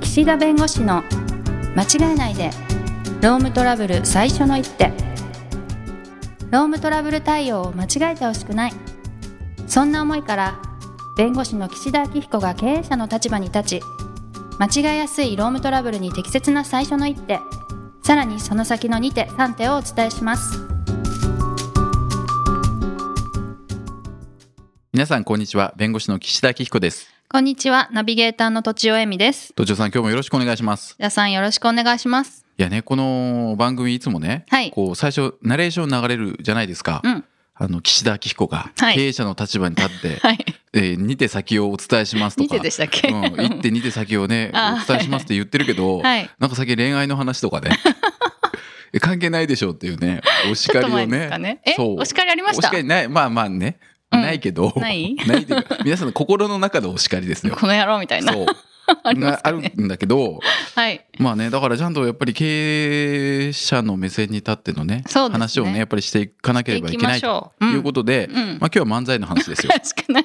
岸田弁護士の間違えないでロームトラブル最初の一手ロームトラブル対応を間違えてほしくないそんな思いから弁護士の岸田明彦が経営者の立場に立ち間違えやすいロームトラブルに適切な最初の一手さらにその先の2手3手をお伝えします皆さんこんにちは弁護士の岸田明彦ですこんにちはナビゲーターのとちおえみです土壌さん今日もよろしくお願いします皆さんよろしくお願いしますいやねこの番組いつもね、はいこう最初ナレーション流れるじゃないですか、うんあの岸田明彦がはい経営者の立場に立って、 はいえー二手先をお伝えしますと2 か手でしたっけ、うん、一手二手先をね あーお伝えしますって言ってるけど、 はいなんか最近恋愛の話と かねえ関係ないでしょうっていうねお叱ちょっりとを前ねですかねえそうお叱りありましたお叱りないまあまあね、うんないけどないと いうか皆さんの心の中のお叱りですよこの野郎みたいなそう ありますがあかるねんだけどはいまあねだからちゃんとやっぱり経営者の目線に立ってのねそうですね話をねやっぱりしていかなければいけないとょういうことで、うん。まあ、今日は漫才の話ですよ しくない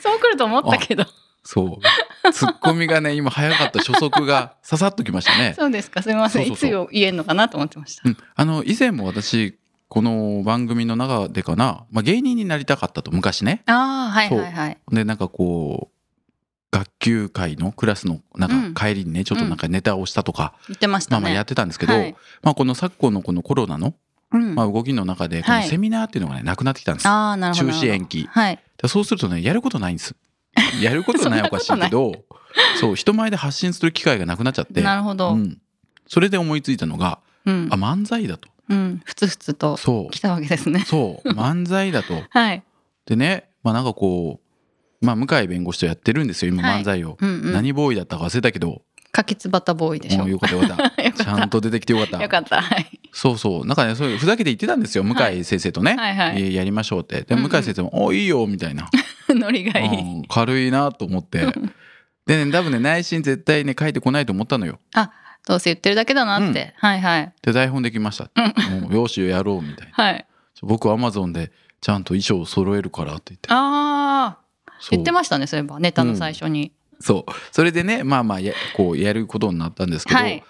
そう来ると思ったけどそうツッコミがね今早かった初速がささっときましたね。 そうですかすみませんそうそうそいつ言えるのかなと思ってましたうん、あの以前も私この番組の中でかな、まあ、芸人になりたかったと昔ねああはいはいはいでなんかこう学級会のクラスのなんか帰りにね、ちょっとなんかネタをしたとか、言ってましたまあねまあやってたんですけど、はいまあ、この昨今のこのコロナの、うんまあ、動きの中でこはのいセミナーっていうのがねなくなってきたんです、ああなるほ中ど止延期はいでそうするとねやることないんです やることないおかしいけどそう人前で発信する機会がなくなっちゃってなるほどううんん、それで思いついたのがうんあ漫才だとふつふつとそう来たわけですね そう漫才だと。はいでねまあなんかこう、まあ、向井弁護士とやってるんですよ今はい漫才を。うんうん何ボーイだったか忘れたけど、かきつばたボーイでしもょうよよかったよかっ よかったたちゃんと出てきてよかったかったはいそうそうなんかねそういうふざけて言ってたんですよ向はい井先生とね、はいはいえーやりましょうってでうんう向ん井先生も「おいいよ」みたいな、 ノリがいいうん軽いなと思ってでね多分ね内心絶対ね書いてこないと思ったのよどうせ言ってるだけだなってはいはいで台本できました、もうよしやろうみたいなはい僕アマゾンでちゃんと衣装を揃えるからって言ってああそう言ってましたねそういえばネタの最初にそうそれでねまあまあやこうやることになったんですけど、はい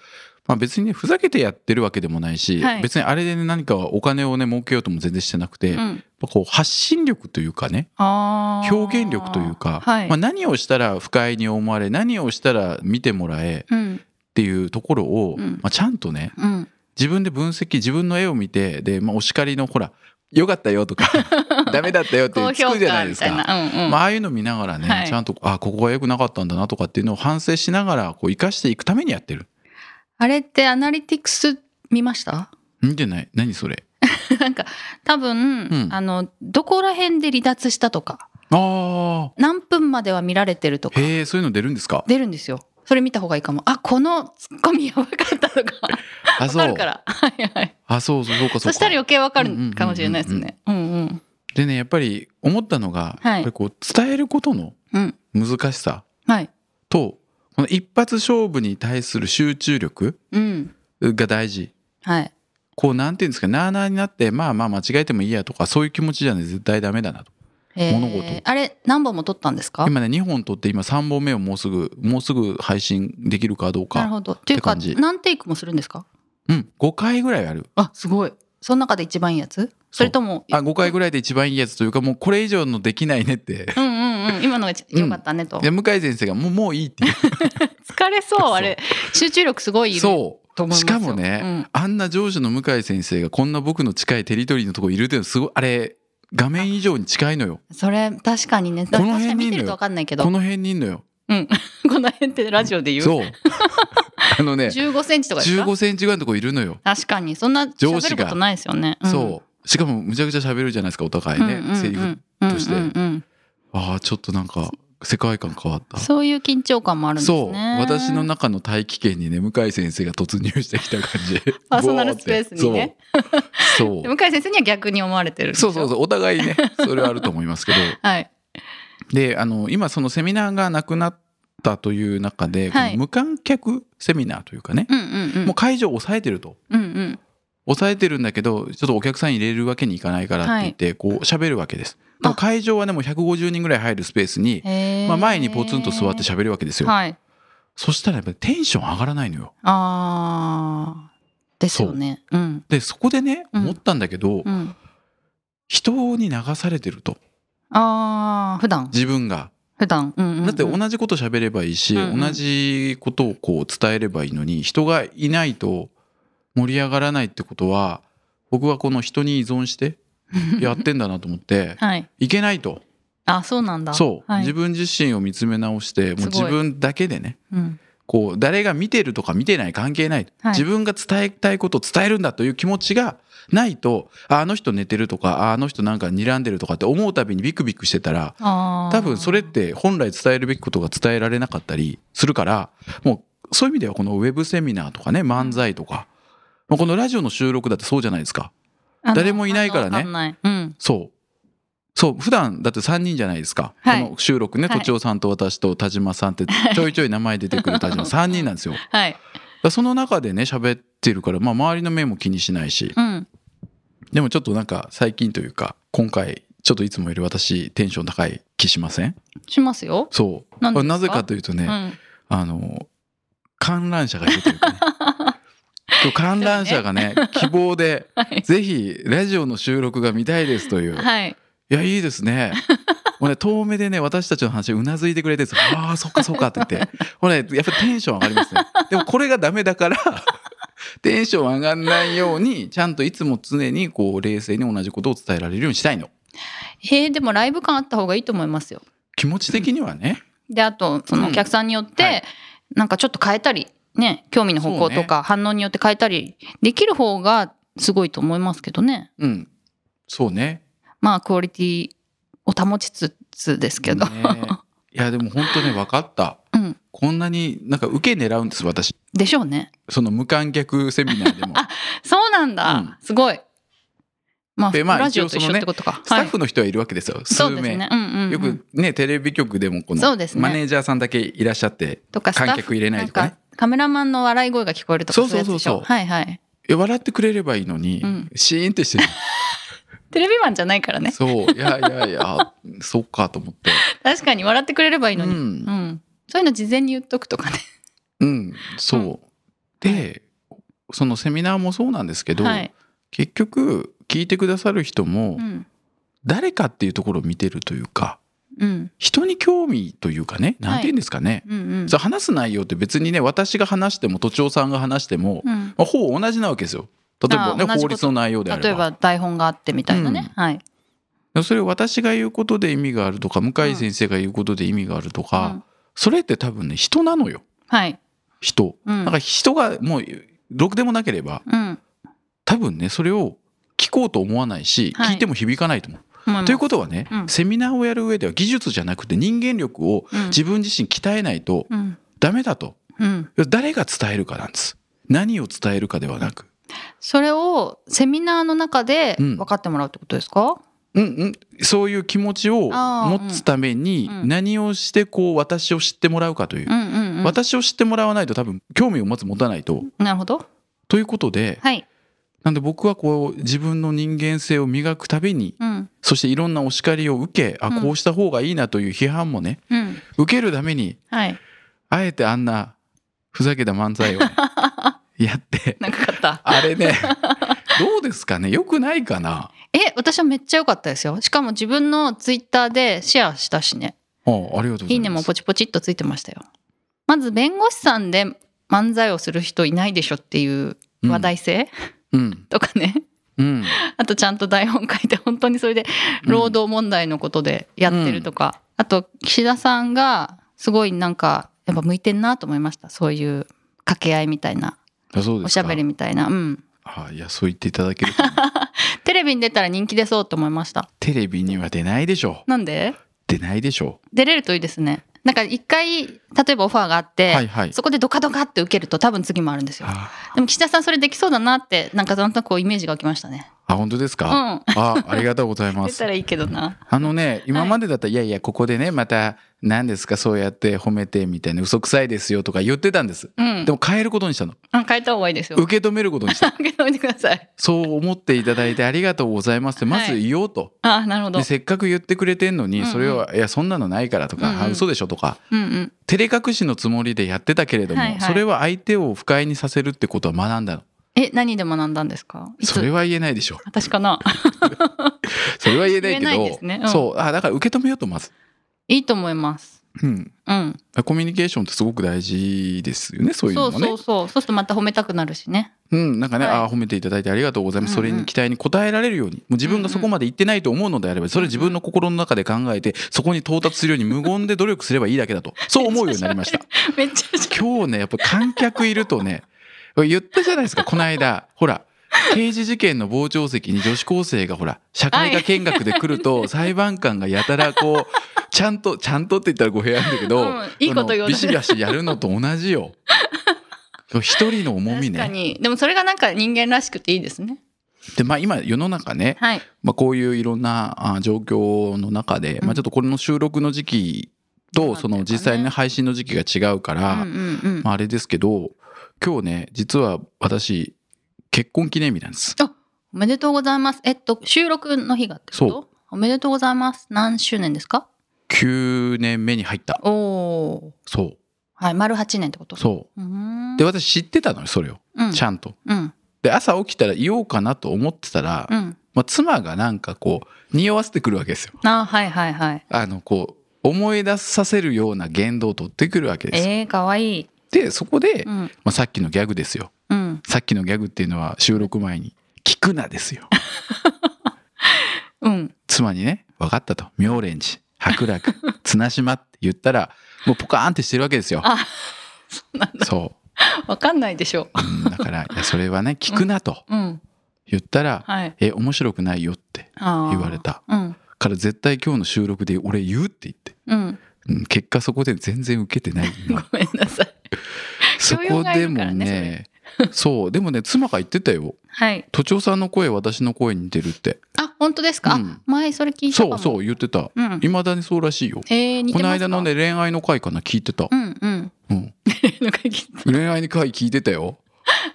まあ、別にねふざけてやってるわけでもないし、はい別にあれでね何かお金をね儲けようとも全然してなくて、うやっんぱこう発信力というかねあー表現力というか、はいまあ、何をしたら不快に思われ何をしたら見てもらえうんっていうところを、うんまあ、ちゃんとねうん自分で分析自分の絵を見てで、まあ、お叱りのほら「よかったよ」 とか「ダメだったよ」って高つ評くじゃな価いでみすたいか。なうんうんまあ、ああいうの見ながらね、はいちゃんとあここが良くなかったんだなとかっていうのを反省しながらこう生かしていくためにやってる。あれってアナリティクス見ました見てない何それなんか多分、うんあのどこら辺で離脱したとかあ何分までは見られてるとーかへえそういうの出るんですか出るんですよそれ見た方がいいかもあこのツッコミやばかったとかあわそかるうからはいはいあそうそうそうかそそうしたらか余計わかるかもしれないですねうんうんでねやっぱり思ったのが、はいやっぱりこう伝えることのうん難しさはいとこの一発勝負に対する集中力うんが大事はいこうなんていうんですかなあなあになってまあまあ間違えてもいいやとかそういう気持ちじゃね絶対ダメだなとえー物事あれ何本も撮ったんですか今ね2本撮って今3本目をもうすぐもうすぐ配信できるかどうなるかほどっていうかって感じ何テイクもするんですかうん5回ぐらいあるあすごいその中で一番いいやつそれともあ5回ぐらいで一番いいやつというかもうこれ以上のできないねってうんうんうん今のがち良かったねと、で向井先生がもうもういいって言う疲れそうあれ集中力す ごいいるそと思いまうすしかよもね、うんあんな上司の向井先生がこんな僕の近いテリトリーのとこいるっていうのすごいあれ画面以上に近いのよそれ確かにねこの辺にいる確かに見てると分かんないけどここのの辺にいんのよ辺ってラジオで言う そうあのね1 5センチとかですか15センチぐらいのとこいるのよ、確かにそんな上喋司るがことないですよね、そうしかもむちゃくちゃ喋るじゃないですかお互いね、セリフとしてうんうんうんああちょっとなんか世界観変わったそういう緊張感もあるんですねそう私の中の大気圏にね向井先生が突入してきた感じ パーソナルスペースにねそうでそう向井先生には逆に思われてるんでしそょうそうそうお互いねそれはあると思い ますけどはいであの今そのセミナーがなくなったという中で、はいこの無観客セミナーというかね、うんうんうんもう会場を抑えてるとうんうん抑えてるんだけどちょっとお客さん入れるわけにいかないからって言って、こう喋るわけですでもあ会場はねもう150人ぐらい入るスペースに、へーまあ、前にポツンと座って喋るわけですよ、はいそしたらやっぱりテンション上がらないのよ。ああですよねうんでそこでねうん思ったんだけど、うん人に流されてるとああ普段自分が。普段うんうんうんだって同じこと喋ればいいし、うんうん同じことをこう伝えればいいのに人がいないと盛り上がらないってことは僕はこの人に依存してやってんだなと思ってはいいけないとあそうなんだそう、はい、自分自身を見つめ直してもうす自ごい分だけでねうんこう誰が見てるとか見てない関係ない、はい自分が伝えたいことを伝えるんだという気持ちがないとああの人寝てるとかああの人なんか睨んでるとかって思うたびにビクビクしてたらあー多分それって本来伝えるべきことが伝えられなかったりするからもうそういう意味ではこのウェブセミナーとかね漫才とかまあこのラジオの収録だってそうじゃないですかあの誰もいないからねわかんないうんそうそう普段だって3人じゃないですか、はいこの収録ねはいとちおさんと私と田島さんってちょいちょい名前出てくる田島3人なんですよだかはいらその中でね喋ってるから、まあ、周りの目も気にしないしうんでもちょっとなんか最近というか今回ちょっといつもより私テンション高い気しませんしますよそうなんでですかなぜかというとね、うんあの観覧車がいるというかね 今日観覧車がね希望ではいぜひラジオの収録が見たいですという、はいいやいいです ねもうね遠目でね私たちの話うなずいてくれてるんですよああそっかそっかって言ってこれ、ね、やっぱりテンション上がりますねでもこれがダメだ からテンション上がんないようにちゃんといつも常にこう冷静に同じことを伝えられるようにしたいのえーでもライブ感あった方がいいと思いますよ気持ち的にはね、であとそのうんお客さんによって、はいなんかちょっと変えたりね興味の方向とか反応によって変えたりできる方がすごいと思いますけどねうんそうねまあクオリティを保ちつつですけど、ねえいやでも本当ね分かった、うんこんなになんか受け狙うんです私でしょうねその無観客セミナーで もそうなんだ、うんすごいまあでまあラジオと一応一その緒っねてことか、スタはッいフの人はいるわけですよ、数そうです名、ねうんうんうん、よくねテレビ局でもこそのうですねマネージャーさんだけいらっしゃってとかスタッフ観客入れないとかねんカメラマンの笑い声が聞こえるとかそそそううういうやつそうでしそうょはいはいえ笑ってくれればいいのに、うんシーンってしてるテレビマンじゃないから ねそういやいやいやそっかと思って確かに笑ってくれればいいうのに、うんん、そういうの事前に言っとくとかねうん、そう、うでそのセミナーもそうなんですけど、はい、結局聞いてくださる人もうん誰かっていうところを見てるというかうん人に興味というかね何て言うんですかね、うんうんそう話す内容って別にね私が話しても都庁さんが話しても、うんまあ、ほぼ同じなわけですよ例えばねああ同じこと法律の内容であれば例えば台本があってみたいなね、はい、それを私が言うことで意味があるとか向井先生が言うことで意味があるとか、うんそれって多分ね人なのよはい、人、うんだから人がもうろくでもなければうん、多分ねそれを聞こうと思わないし、はい聞いても響かないと思う。思ますということはね、うんセミナーをやる上では技術じゃなくて人間力をうん自分自身鍛えないとうんダメだと、うん、誰が伝えるかなんです何を伝えるかではなくそれをセミナーの中でうん分かってもらうってことですか、うんうん、そういう気持ちをあ持ーつためにうんうん何をしてこう私を知ってもらうかというう、ん、うんうん私を知ってもらわないと多分興味をまず持たないと。なるほどということではい、なんで僕はこう自分の人間性を磨くためにうんそしていろんなお叱りを受けあうんこうした方がいいなという批判もねうん、受けるためにはいあえてあんなふざけた漫才を ねやってなんかかったあれねどうですかねよくないかなえ私はめっちゃ良かったですよしかも自分のツイッターでシェアしたしねあありがとうございます。いいねもポチポチっとついてましたよまず弁護士さんで漫才をする人いないでしょっていう話題性、うんとかねうんあとちゃんと台本書いて本当にそれでうん労働問題のことでやってるとか、あと岸田さんがすごいなんかやっぱ向いてんなと思いましたそういう掛け合いみたいなあそうですかおしゃべりみたいなうんあいやそう言っていただけ るとテレビに出たら人気出そうと思いましたテレビには出ないでしょうなんで出ないでしょ出れるといいですねなんか一回例えばオファーがあって、はいはいそこでドカドカって受けると多分次もあるんですうよあでも岸田さんそれできそうだなってなんかなんとなくこうイメージが湧きましたねあ本当ですうか、んあありがとうございま 出すたらいいけどなあのね今までだったら、い、やいやここでねまた何ですかそうやって褒めてみたいな嘘くさいですよとか言ってたんですうんで。も変えることにしたのあ変えた方がいいですよ。受け止めることにした受け止めてください。そう思っていただいてありがとうございますってまず言おうと、 あなるほどで。せっかく言ってくれてんのうんにうんそれを「いやそんなのないから」とかうんうんあ「嘘でしょ」とかうんうん。照れ隠しのつもりでやってたけれども、はいはいそれは相手を不快にさせるってことは学んだのえ、何で学んだんですかいつそれは言えないでしょ私かな それは言えないけど言えないですねうんそうあだから受け止めようとまず、いいと思います。うん、うん。コミュニケーションってすごく大事ですよねそういうそのうもそねうそう。そうするとまた褒めたくなるしね。うん、なんかね、はいあー褒めていただいてありがとうございます、うんうんそれに期待に応えられるようにもう自分がそこまで行ってないと思うのであればそれは自分の心の中で考えてそこに到達するように無言で努力すればいいだけだとそう思うようになりました めっちゃ喋る今日ねやっぱ観客いるとね 言ったじゃないですかこの間ほら刑事事件の傍聴席に女子高生がほら社会科見学で来ると裁判官がやたらこうちゃんとちゃんとって言ったら語弊あるんだけど、うんいいこと言おうとビシビシやるのと同じよ一人の重み確かねに。でもそれがなんか人間らしくていいですね。で、まあ、今世の中ね、はい。まあ、こういういろんなあ状況の中で、うんまあ、ちょっとこれの収録の時期とそそうなのってるか実ね際の配信の時期が違うかうら、んうんうん。まあ、あれですけど今日ね実は私結婚記念日なんですおめでとうございます。えっと、収録の日がってことそおめでとうございます。何周年ですか9年目に入ったおおそうー。はい、丸8年ってこと。そうううーん。で私知ってたのよそれをうん、ちゃんとうん。で朝起きたら言おうかなと思ってたら、うん。まあ、妻がなんかこう匂わせてくるわけですよあーはいはいはい。あのこう思い出させるような言動を取ってくるわけですよえー、かわいい。でそこで、うまん。あ、さっきのギャグですようん。さっきのギャグっていうのは収録前に「聞くな」ですようん。妻にね「分かった」と「妙蓮寺白 楽綱島」って言ったらもうポカーンってしてるわけですよあそうなんだ。そわかんないでしょ。う、うんだからいやそれはね聞くなとうん。言ったらはい。「え面白くないよ」ってあー言われ。たうん。から絶対今日の収録で俺言うって言って、うん。うん、結果そこで全然受け てないごめんなさい。そ教養こがいでるかもらねね そうでもね妻が言ってたよはい。都庁さんの声私の声に似てるってあ、本当ですか、うんあ前それ聞いたかそも。。うそうう言ってたうん。いまだにそうらしいよえー、似こてのますか間の。ね恋愛の回かな聞いてたう、んうん。 うん、なんか聞いた恋愛の回聞いてたよ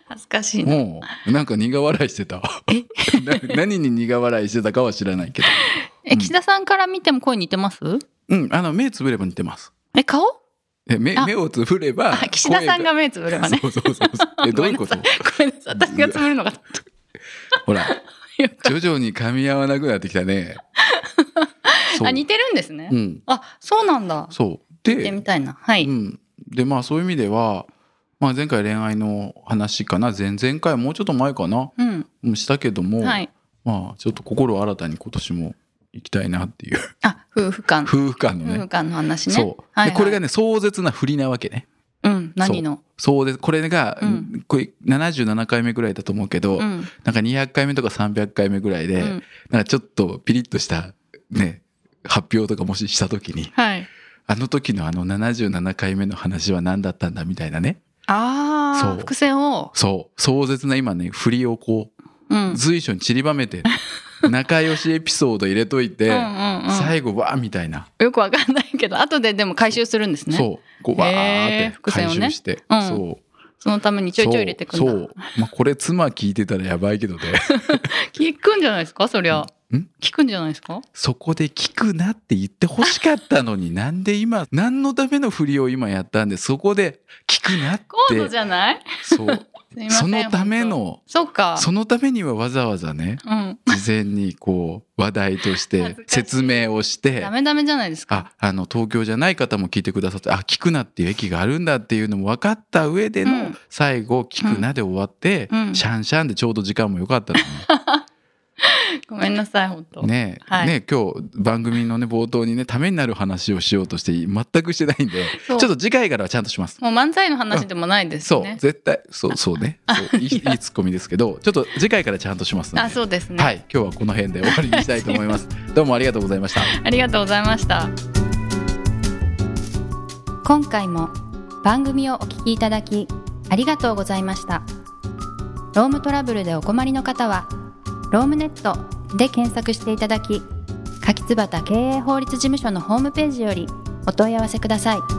恥ずかしいな。うんなんか苦笑いしてたな 何に苦笑いしてたかは知らないけどえ、岸田さんから見ても声似てますうんあの目つぶれば似てますえ、顔え目あ目をつぶればあ、岸田さんが声目つぶればね。そうそうそうそうえどういうことごめんなさいごめんなさい。私がつぶるのが。ほら徐々に噛み合わなくなってきたねそう あ、似てるんですね。うんあ、そうなんだ。そう見てみで,、たいな。はうい。ん、でまあそういう意味では、まあ、前回恋愛の話かな前々回もうちょっと前かなうん。うんしたけども、はい。まあちょっと心を新たに今年も行きたいなっていうあ、夫婦間。夫夫婦間のね婦間の話ね。そう、はいはいでこれがね壮絶な振りなわけねうん。何の。そうですこれが、うんこれ77回目ぐらいだと思うけど、うん。なんか200回目とか300回目ぐらいで、うんなんかちょっとピリッとしたね発表とかもしした時にはい。あの時のあの77回目の話は何だったんだみたいなねあそあ、う伏線を。そう壮絶な今ね振りをこう。うん随所に散りばめ て仲良しエピソード入れといて、うんうんうん最後わーみたいなよくわかんないけど、後ででも回収するんですね。そうこうわへーっーて伏線を回ね収して、うんそうそのためにちょいちょい入れてくんそだ。うそうまあこれ妻聞いてたらやばいけど ね聞くんじゃないですか、そりゃ。うん聞くんじゃないですか。そこで聞くなって言って欲しかったのになんで今何のためのふりを今やったんでそこで聞くなっコードじてゃない。 そうすいませんそのため。本の当そうか。そのためにはわざわざねうん。事前にこう話題とし恥てずかしい説明をしてダメダメじゃないですか。ああの東京じゃない方も聞いてくださってあ聞くなっていう駅があるんだっていうのも分かった上でうのん最後「聞くな」で終わって、うんシャンシャンでちょうど時間も良かったのごめんなさい、本当。にね,、はいね今日番組のね冒頭にねためになる話をしようとして全くしてないんでち そょうっと次回からはちゃんとします。もう漫才の話でもないですそう、ね。絶対そうそう ねそういいいいツッコミですけどちょっと次回からちゃんとしますのあ、で、そうですね。はい今日はこの辺で終わりにしたいと思い ます。どうもありがとうございました。ありがとうございました。今回も番組をお聞きいただきありがとうございましたロームトラブルでお困りの方は「ロームネット」で検索していただき柿椿経営法律事務所のホームページよりお問い合わせください